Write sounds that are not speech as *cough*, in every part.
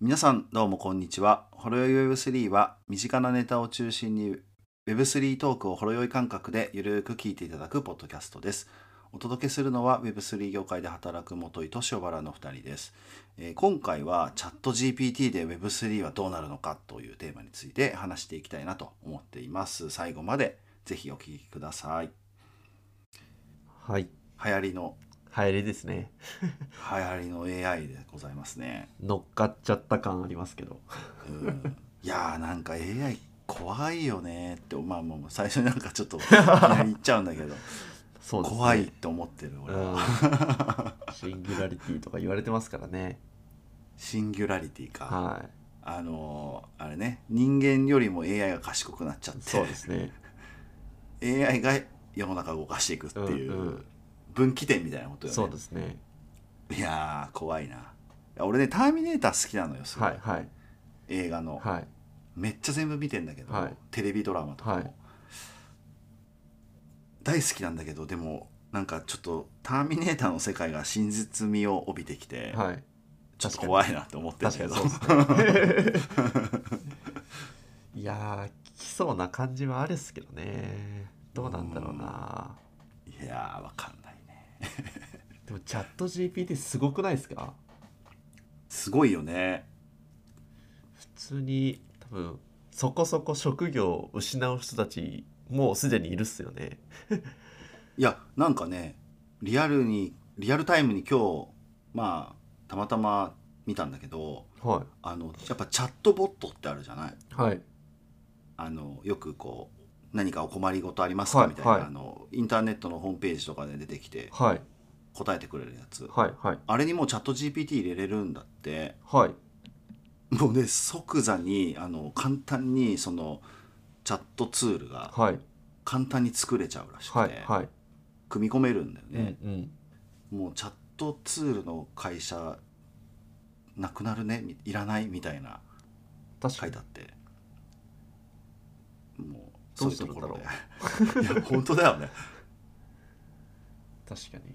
皆さんどうもこんにちは。ほろよい Web3 は身近なネタを中心に Web3 トークをほろよい感覚でゆるーく聞いていただくポッドキャストです。お届けするのは Web3 業界で働く元井と塩原の2人です。えー今回はチャット GPT で Web3 はどうなるのかというテーマについて話していきたいなと思っています。最後までぜひお聞きください。はい。流行りの入りですね。流行りの AI でございますね。乗っかっちゃった感ありますけど。うんいやーなんか AI 怖いよねってまあもう最初になんかちょっ *laughs* といきなり言っちゃうんだけど、そうですね。怖いっ。て思ってる俺は、うん。シンギュラリティとか言われてますからね。シンギュラリティか、はあのーあれね人間よりも AI が賢くなっちゃっい。そうてですね。 AI が世の中を動かしていくっていうんううん分岐点みたいなことよね、そうですね。いやー怖いないや俺ね「ターミネーター」好きなのよすごい、はいはい映画の、はい。めっちゃ全部見てんだけど、はいテレビドラマとかも、はい大好きなんだけどでもなんかちょっと「ターミネーター」の世界が真実味を帯びてきて、はい。ちょっと確かに怖いなって思ってるん確だかけどにそうですね。いやー、来そうな感じはあるっすけどね。どうなんだろうな。いやーわかんないねでもチャット GPT すごくないですかすごいよね普通に多分そこそこ職業を失う人たちもうすでにいるっすよね。いやなんかねリアルにリアルタイムに今日まあたまたま見たんだけどはあのやっぱチャットボットってあるじゃないい。はい。あのよくこう何かお困りごとありますか、はいみたいな、はいあのインターネットのホームページとかで出てきてはい。答えてくれるやつはい。はい。あれにもうチャット GPT 入れれるんだってはい。もうね即座にあの簡単にそのチャットツールがはい。簡単に作れちゃうらしくて、はい。はい。組み込めるんだよね、うんうん。もうチャットツールの会社なくなるねみいらないみたいな確書かいにてあ。ってもうそうどういうすとるんこだろろで *laughs* いや本当だよね確かに。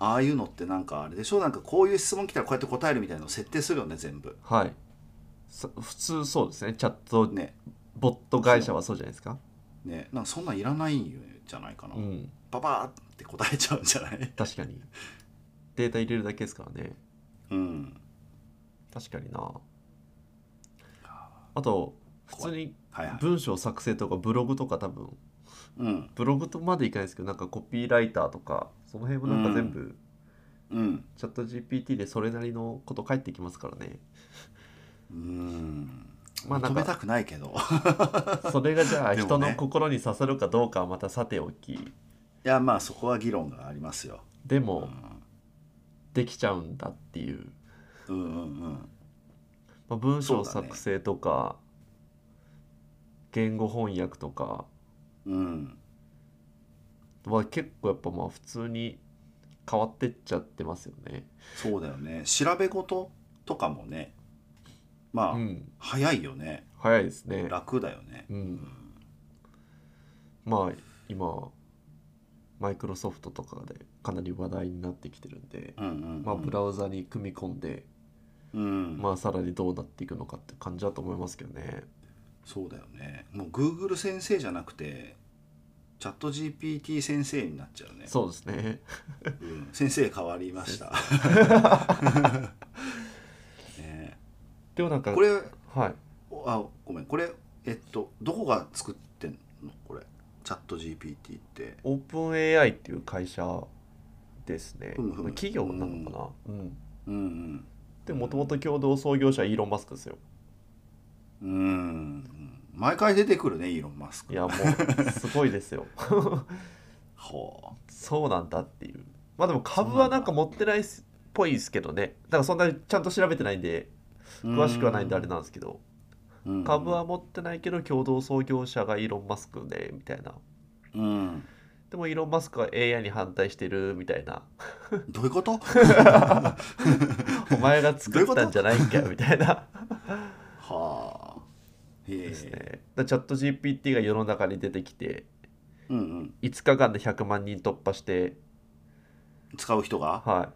ああいうのってなんかあれでしょなんかこういう質問来たらこうやって答えるみたいなのを設定するよね全部はい。そ普通そうですね。チャット、ねボット会社はそうじゃないですか。ねなんかそんなんいらないんじゃないかな、うん。パパーって答えちゃうんじゃない *laughs* 確かに。データ入れるだけですからね。うん確かにな。あと、普通にはいはい文章作成とかブログとか多分、うんブログとまでいかないですけど、なんかコピーライターとか、その辺もなんか全部、うんチャット GPT でそれなりのこと返ってきますから *laughs* ね。うんまあなん求かめたくないけどそれがじゃあでもね人の心に刺さるかどうかはまたさておきいやまあそこは議論がありますよ、でうもん、できちゃうんだっていう、うんうんうんまあ、文章そうだね作成とか、言語翻訳とかうんは結構やっぱまあ普通に変わってっちゃってますよね。そうだよね調べ事とかもねまあ、うん、早いよね早いですね。楽だよねう、うんんまあ今マイクロソフトとかでかなり話題になってきてるんで、うんうんうんまあ、ブラウザに組み込んで、うんまあ、さらにどうなっていくのかって感じだと思いますけどね。そうだよねもう Google 先生じゃなくてチャット GPT 先生になっちゃうねそうですね。うん先生変わりましたねでもなんかこれはい、あごめんこれえっとどこが作ってんのこれチャット GPT ってオープン AI っていう会社ですね。ふむふむ企業なのかな。うん。うんでもともと共同創業者イーロン・マスクですよ。うんうん毎回出てくるねイーロン・マスクいやも *laughs* うすごいですよ。ほそうなんだっていう。まあでも株はなんか持ってないっぽいですけどね。だからそんなにちゃんと調べてないんでう詳しくはないんであれなんですけど、うん株は持ってないけど共同創業者がイーロン・マスクでみたいな。うんでもイーロン・マスクは AI に反対してるみた *laughs* いな。どういうことお前が作ったんじゃないんかよみたいな。はあへですね。だ *laughs* えからチャット GPT が世の中に出てきてうんうん5日間で100万人突破して、使う人がは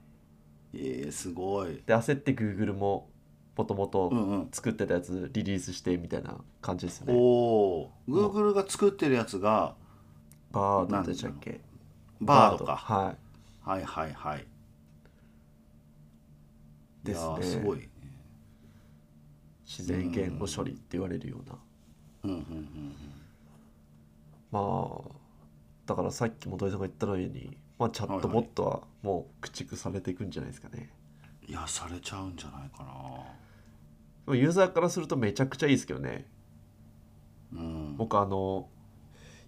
えー、すごいい、で焦って Google ももともとうんうん作ってたやつリリースしてみたいな感じですよおね。お Google が作ってるやつがバードでしたっけバードかはい。はいはいはいですねいやーすごいね自然言語処理って言われるような。うんうんうんまあだからさっきも土井さんが言ったように、まあ、チャットボットはもう駆逐されていくんじゃないですかね。うんいやされちゃうんじゃないかでもユーザーからするとめちゃくちゃいいですけどね。なうん、僕あの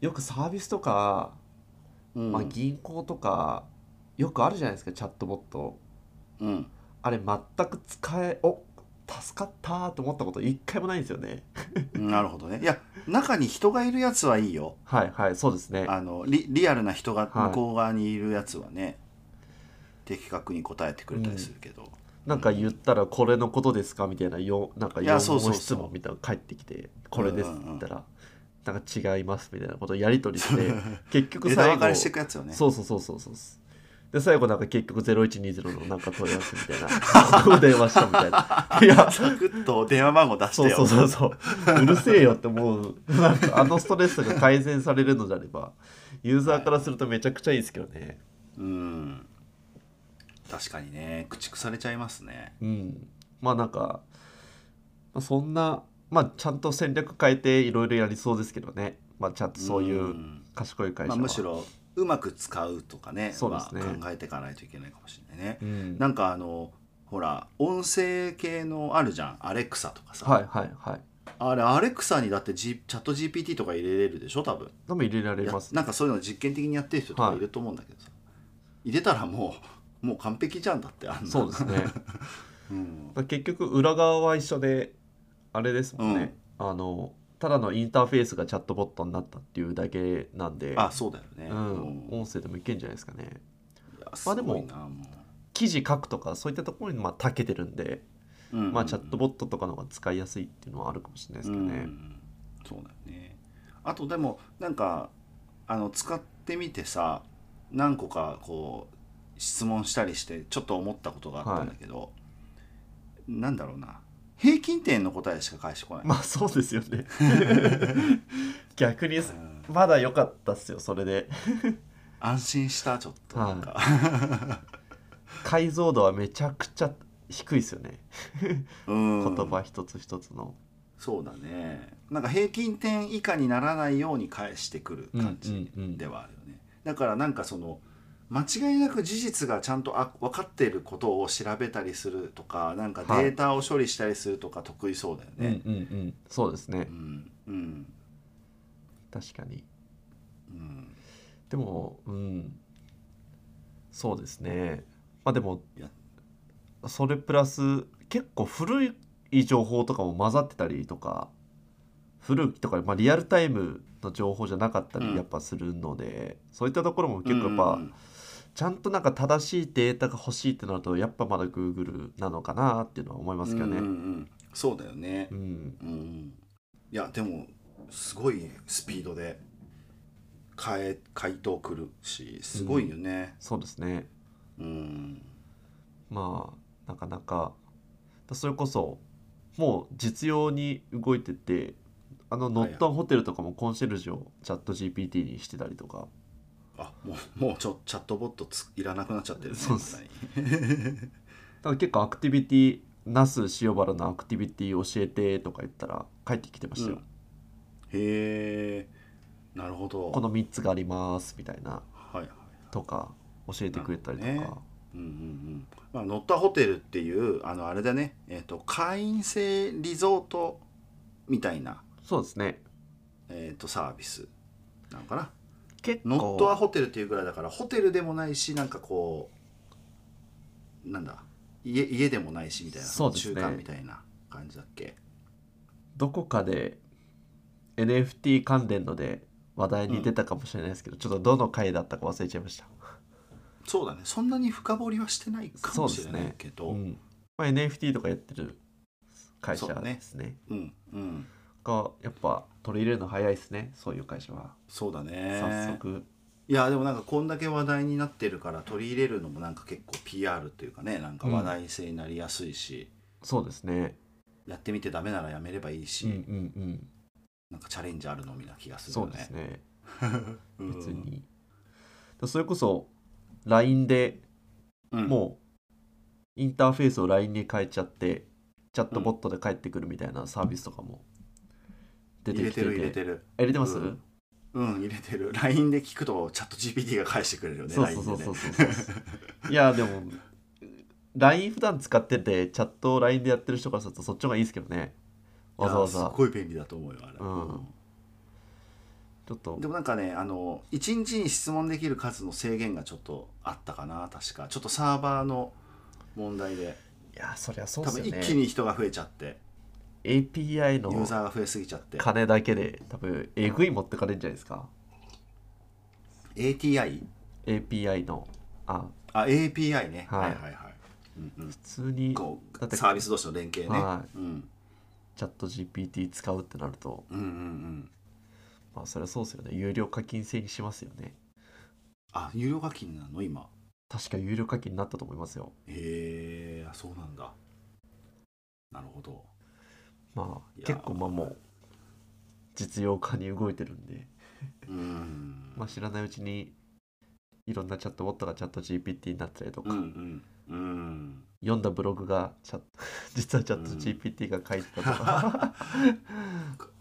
よくサービスとか、うんまあ、銀行とかよくあるじゃないですかチャットボット。うんあれ全く使えお助かったと思ったこと一回もないんですよね。なるほどねいや中に人がいるやつはいいよはいはいそうですね。あのリリアルな人がはい向こう側にいるやつはね、的確に答えてくれたりするけど、なんか言ったらこれのことですかみたいなよなんかいや4そうそうそう質問みたいなの返ってきてこれですうっんうんうんて言ったらなんか違いますみたいなことをやり取りして *laughs* 結局枝最分か後れしていくやつよねそうそうそうそうそうで最後なんか結局0120のなんか問い合わせみたいなここ電話したみた *laughs* いないやサクッと電話番号出してそうよそうそうそううるせえよって思うなんかあのストレスが改善されるのであればユーザーからするとめちゃくちゃいいですけどねうん確かにね駆逐されちゃいますねうん、まあなんか、まあ、そんな、まあ、ちゃんと戦略変えていろいろやりそうですけどね、まあ、ちゃんとそういうん賢い会社まは、あ、むしろうまく使うとかねそうですねまあ、考えていかないといけないかもしれないね、うん、なんかあのほら音声系のあるじゃんアレクサとかさ、はいはいはいあれアレクサにだって、G、チャット GPT とか入れれるでしょ多分でも入れられますやなんかそういうの実験的にやってる人とかいると思うんだけどさ、入れたらもうもう完璧じゃんだってあんなそうですねだかうん、ら結局裏側は一緒であれですもんね、あのただのインターフェースがチャットボットになったっていうだけなんであそうだよね、うん、い音声でもいけんじゃないですかねやすごいなも記事書くとかそういったところにまあ長けてるんで、う、うんまあ、チャットボットとかの方が使いやすいっていうのはあるかもしれないですけどね、うんそうだよねあとでもなんかあの使ってみてさ何個かこう質問したりしてちょっと思ったことがあったんだけど、なんだろうな平均点の答えしか返してこない、 *laughs* まあそうですよね *laughs* 逆にうんまだ良かったっすよそれで安心したちょっとなんか、解像度はめちゃくちゃ低いですよね、うん言葉一つ一つのそうだねなんか平均点以下にならないように返してくる感じうんうんうんではあるよね、だからなんかその間違いなく事実がちゃんとあ分かっていることを調べたりするとかなんかデータを処理したりするとか得意そうだよね、うんうんうんそうですねうんうん確かにうんでもうんそうですねまあでもいやそれプラス結構古い情報とかも混ざってたりとか古きとか、まあ、リアルタイムの情報じゃなかったうんりやっぱするので、そういったところも結構やっぱ、うんちゃんとなんか正しいデータが欲しいってなるとやっぱまだ Google なのかなっていうのは思いますけどうんうんうね。んそうだよねう、ん、うんいやでもすごいスピードで変え回答くるしすごいよねそうですね。うん、まあなかなかそれこそもう実用に動いててあのノットンホテルとかもコンシェルジュをチャット GPT にしてたりとかあもうもうちょチャットボットついらなくなっちゃってるねそうっす実ただ結構アクティビティ那須塩原のアクティビティ教えてとか言ったら帰ってきてまし際たによ。へえなるほどこの3つがありますみたいなはいはいとか教えてくれたりとか、なるほうんうんうんまあ、乗ったホテルっていうあのあれだね、えっと会員制リゾートみたいな、そうですねえっとサービスなのかな結構ノットアホテルっていうぐらいだからホテルでもないしなんかこうなんだ家家でもないしみたいなそうですね中間みたいな感じだっけどこかで NFT 関連ので話題に出たかもしれないですけど、ちょっとどの回だったか忘れちゃいました。そうだねそんなに深掘りはしてないかもしれないけどうんまあ、NFT とかやってる会社そうだねですね。うんうんがやっぱ取り入れるの早いですねそういう会社は。そうだね早速いやでもなんかこんだけ話題になってるから取り入れるのもなんか結構 PR っていうかねなんか話題性になりやすいし、そうですね。やってみてダメならやめればいいし、うんうんうん。なんかチャレンジあるのみな気がするそようですね。ね。う別んに。だそれこそ LINE でうんもうインターフェースを LINE に変えちゃってチャットボットで返ってくるみたいなサービスとかも出て入れきてててる入れてる。あ入れてます、うんうん、入れてる。LINE で聞くとチャット GPT が返してくれるよね、そうそうそ LINE うでそうね。そうそういやでも LINE 普段使っててチャットを LINE でやってる人からするとそっちの方がいいですけどねわざわいやざすごい便利だと思うよ、あれ。うんちょっとでもなんかね、あの、1日に質問できる数の制限がちょっとあったかな、確か。ちょっとサーバーの問題で、いやそりゃそう多で分すよ一気ねに人が増えちゃって、 API ユーのザーが増えすぎちゃって。金だけで多分えぐい持ってかれるんじゃないですか ATI? API のああ、API ね。ははいいはいはい。うんうん普通にこうだってサービス同士の連携ね。はうんチャット GPT 使うってなるとうんうんうん。まあそれはそうですよね有料課金制にしますよねあ、有料課金なの今。確か有料課金になったと思いますよへえ、あそうなんだ。なるほど。まいあや結構まあもう実用化に動いてるんで、うーん。まあ、知らないうちにいろんなチャットボットがチャット GPT になったりとか、うんうん。うん。読んだブログがチャット *laughs* 実はチャットうん GPT が書いてたと *laughs* か、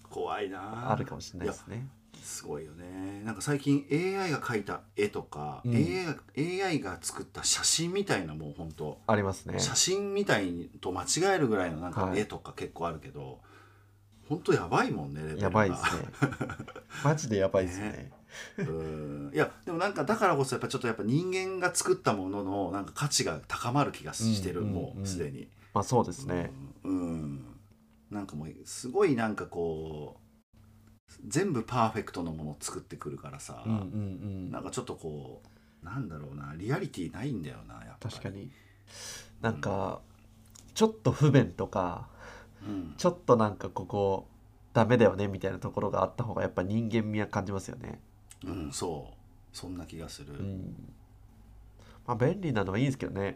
怖いなあるかもしれないですねいやすごいよねなんか最近 AI が描いた絵とか、うん AI, が AI が作った写真みたいなもう本当ありますね写真みたいと間違えるぐらいのなんかはい絵とか結構あるけど、本当やばいもんねレベルがやばいですねマジでやばいですねね *laughs* うんいやでもなんかだからこそやっぱちょっとやっぱ人間が作ったもののなんか価値が高まる気がしてる、うんうんうんもうすでにまあそうですね、うん、うんなんかもうすごいなんかこう全部パーフェクトのものを作ってくるからさ、うんうんうんなんかちょっとこうなんだろうなリアリティないんだよなやっぱり確か、になんかちょっと不便とかうん、ちょっとなんかここダメだよねみたいなところがあった方がやっぱ人間味は感じますよね。うん、そうそんな気がする、うん。まあ便利なのはいいんですけどね。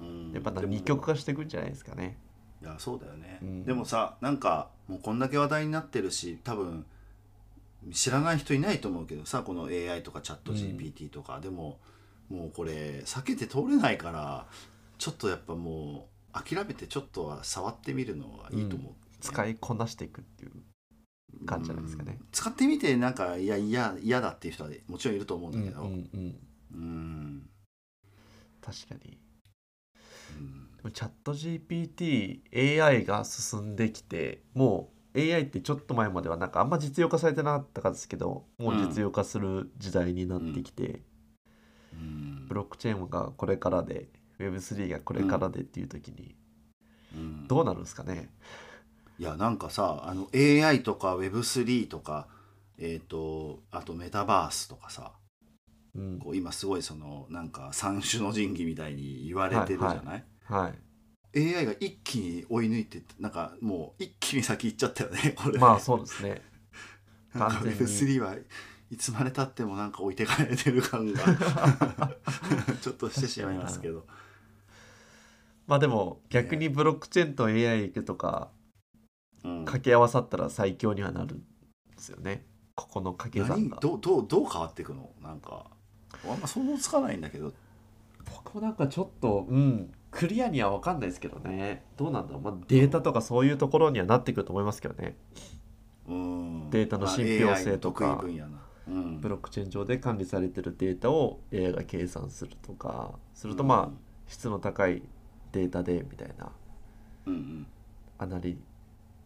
うんやっぱなでも二極化していくんじゃないですかね。いやそうだよね、うんでもさなんかもうこんだけ話題になってるし多分知らない人いないと思うけどさこの AI とかチャット GPT とか、でももうこれ避けて通れないからちょっとやっぱもう諦めてちょっとは触ってみるのはいいと思う、使いこなしていくっていう。感じじゃないですかねうん使ってみてなんかいやいや嫌だっていう人はもちろんいると思うんうだんうけど、んうん。うん確かに。うんでもチャット GPT、AI が進んできて、もう AI ってちょっと前まではなんかあんま実用化されてなかったからですけど、もう実用化する時代になってきて、うんブロックチェーンがこれからで Web3 がこれからでっていう時にうんどうなるんですかね、いやなんかさあの AI とか Web3 とかえっ、とあとメタバースとかさうんこう今すごいそのなんか三種の神器みたいに言われてるじゃない、は AI が一気に追い抜いてなんかもう一気に先行っちゃったよねこいれまあそうですねなんか完全に Web3 はいつまでたってもなんか置いてかれてる感 *laughs* がちょっとしてしまいますけどまあでも逆にブロックチェーンと AI とかうん掛け合わさったら最強にはなるんですよねここの掛け算何がどうどうどう変わっていくのなんかあんま想像つかないんだけど僕もなんかちょっとうんクリアには分かんないですけどねどうなんだろう、まあ、データとかそういうところにはなってくると思いますけどねうんデータの信憑性とかまあ AI の得意分野な、うんブロックチェーン上で管理されてるデータを AI が計算するとかするとうんまあ、質の高いデータでみたいなうんうんアナリ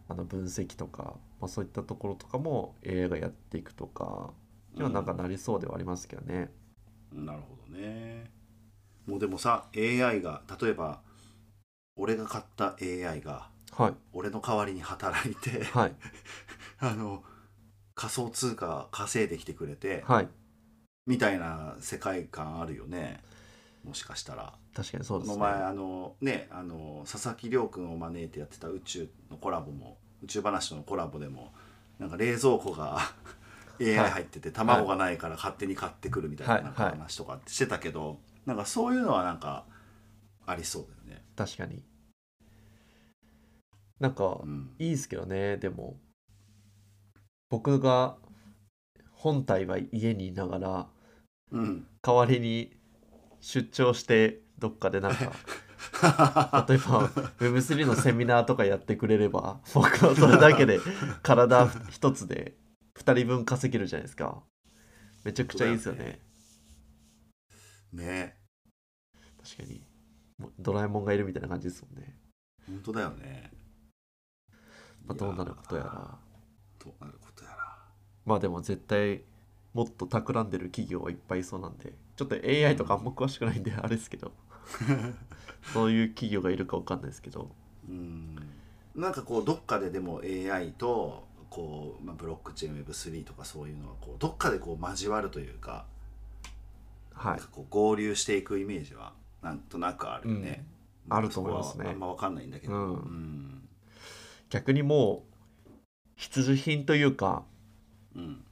あの分析とか、まあ、そういったところとかも AI がやっていくとかにはなんかなりそうではありますけどね。なるほどねもうでもさ AI が例えば俺が買った AI がはい俺の代わりに働いて *laughs* はいあの仮想通貨稼いできてくれてはいみたいな世界観あるよねもしかしたら確かにそうこですのね。前あのねあの佐々木亮君を招いてやってた宇宙のコラボも宇宙話とのコラボでもなんか冷蔵庫が *laughs* AI 入ってて、卵がないから勝手に買ってくるみたいな,、はいなんか話とかってしてたけど、なんかそういうのはなんかありそうだよね。確かになんかうんいいですけどねでも僕が本体は家にいながらうん、代わりに出張してどっかで *laughs* なんか例えば Web3 のセミナーとかやってくれれば僕はそれだ *laughs* けで体一つで2人分稼げるじゃないですかめちゃくちゃいいですよねそうだ *laughs* ね確かにもうドラえもんがいるみたいな感じですもんね、本当だよね、まあ、どうなることやらどうなることやらまあでも絶対もっと企んでる企業はいっぱいいそうなんでちょっと AI とかあんま詳しくないんであれですけどそういう企業がいるかわかんないですけどうんなんかこうどっかででも AI とこう、まあ、ブロックチェーン Web3 とかそういうのはこうどっかでこう交わるというか,、はいこう合流していくイメージはなんとなくあるよね、うんあると思いますそこねはあんま分かんないんだけど、うんうん逆にもう必需品というかうん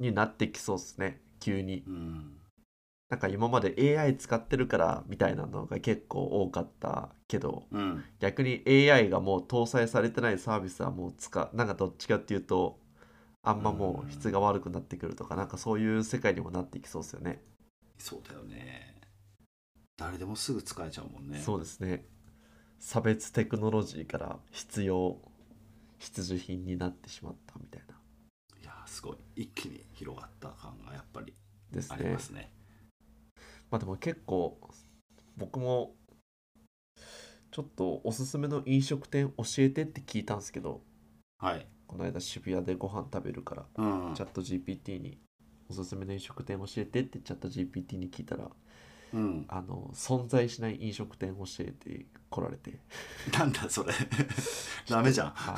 になってきそうですね急にうんなんか今まで AI 使ってるからみたいなのが結構多かったけどうん逆に AI がもう搭載されてないサービスはもう使うなんかどっちかっていうとあんまもう質が悪くなってくるとかなんかそういう世界にもなっていきそうですよねそうだよね誰でもすぐ使えちゃうもんねそうですね差別テクノロジーから必要必需品になってしまったみたいないやーすごい一気に広がった感がやっぱりですありねますねまあでも結構僕もちょっとおすすめの飲食店教えてって聞いたんですけどはい、この間渋谷でご飯食べるからうんチャット GPT におすすめの飲食店教えてってチャット GPT に聞いたらうん、あの存在しない飲食店教えて来られてなんだそれ *laughs* ダメじゃん *laughs* あ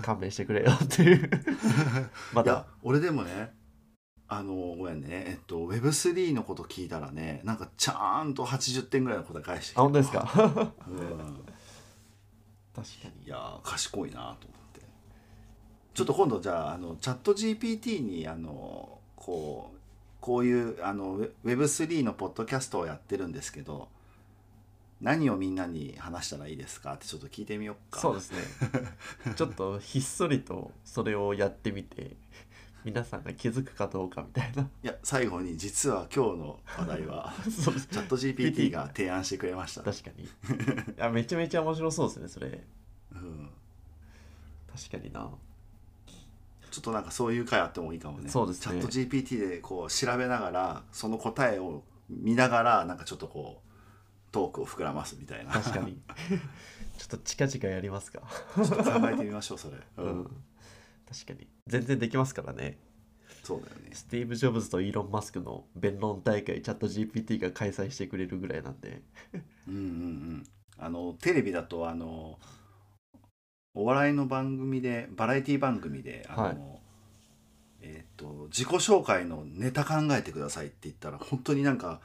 勘弁してくれよっていうまいやだ俺でもねあのごめんねえっと Web3 のこと聞いたらねなんかちゃんと80点ぐらいの答え返してきあた本当ですか確かうんにいやー賢いなと思ってちょっと今度じゃああのチャット GPT にあのこうこういうあのウェ Web3 のポッドキャストをやってるんですけど何をみんなに話したらいいですかってちょっと聞いてみようかそうです *laughs* ねちょっとひっそりとそれをやってみて皆さんが気づくかどうかみたいないや最後に実は今日の話題は *laughs* そうですチャット GPT が提案してくれました、確か *laughs* にいやめちゃめちゃ面白そうですねそれうん確かになちょっとなんかそういう回あってもいいかもね。そうですねチャット GPT でこう調べながらその答えを見ながらなんかちょっとこうトークを膨らますみた *laughs* いな。確かにちょっと近々やりますかちょっと考えてみましょうそれ。う、うんん、確かに全然できますからねそうだよね。スティーブ・ジョブズとイーロン・マスクの弁論大会チャット GPT が開催してくれるぐらいなんでうんうんうん。あのテレビだとあのお笑いの番組でバラエティ番組であの、はいえっ、と自己紹介のネタ考えてくださいって言ったら本当になんか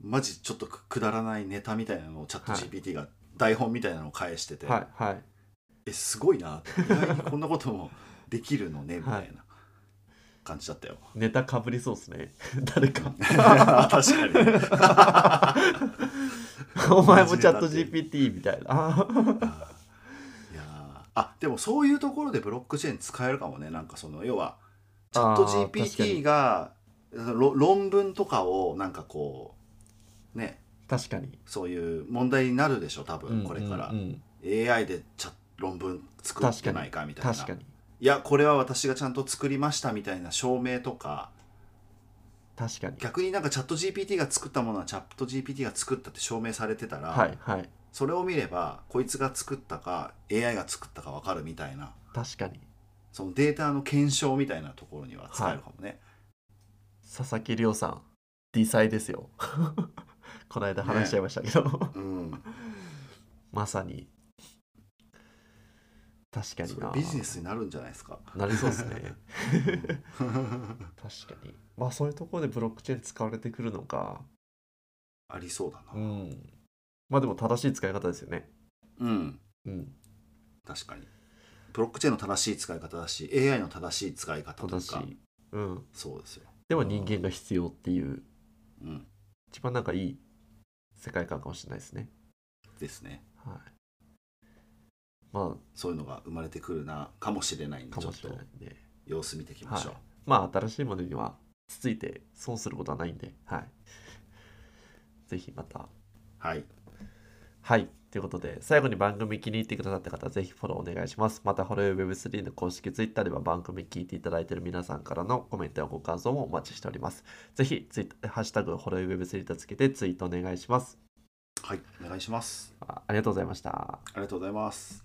マジちょっとくくだらないネタみたいなのをチャット GPT が台本みたいなのを返してて。はいはいえすごいなって意外にこんなこともできるのねみたはいいな感じだったよ *laughs* ネタかぶりそうです *laughs* ね誰か *laughs* 確かにお前もチャット GPT みたいないやーあでもそういうところでブロックチェーン使えるかもねなんかその要はチャットあー確か GPT にがろ論文とかをなんかこうね確かにそういう問題になるでしょ多うん分これから、うんうん AI でチャ論文作ってないかみたいな確かにいやこれは私がちゃんと作りましたみたいな証明とか確かに逆になんかチャット GPT が作ったものはチャット GPT が作ったって証明されてたら、はいはいそれを見ればこいつが作ったか AI が作ったか分かるみたいな確かにそのデータの検証みたいなところには使えるかもね、佐々木亮さん D サイですよ *laughs* この間話しちゃいましたけど、うん、まさに確かにそれなビジネスになるんじゃないですかなりそうですねあ確かにまあそういうところでブロックチェーン使われてくるのかりそうだなうんまあでも正しい使い方ですよねうん、うん確かにブロックチェーンの正しい使い方だし AI の正しい使い方と正しかいうんそうですよ、でも人間が必要っていううん、一番なんかいい世界観かもしれないですねですねはいまそういうのが生まれてくるなかもしれないんあでかちょもっしれとないんで様子見ていきましょう、はまあ新しいものにはつついて損することはないんではいぜひまたはいはい。ということで、最後に番組気に入ってくださった方、ぜひフォローお願いします。また、ホロヨイ Web3 の公式 Twitter では番組聞いていただいている皆さんからのコメントやご感想もお待ちしております。ぜひ、ツイッハッシュタグ、ホロヨイ Web3 とつけてツイートお願いします。はいお願いしますあありがとうございました。ありがとうございます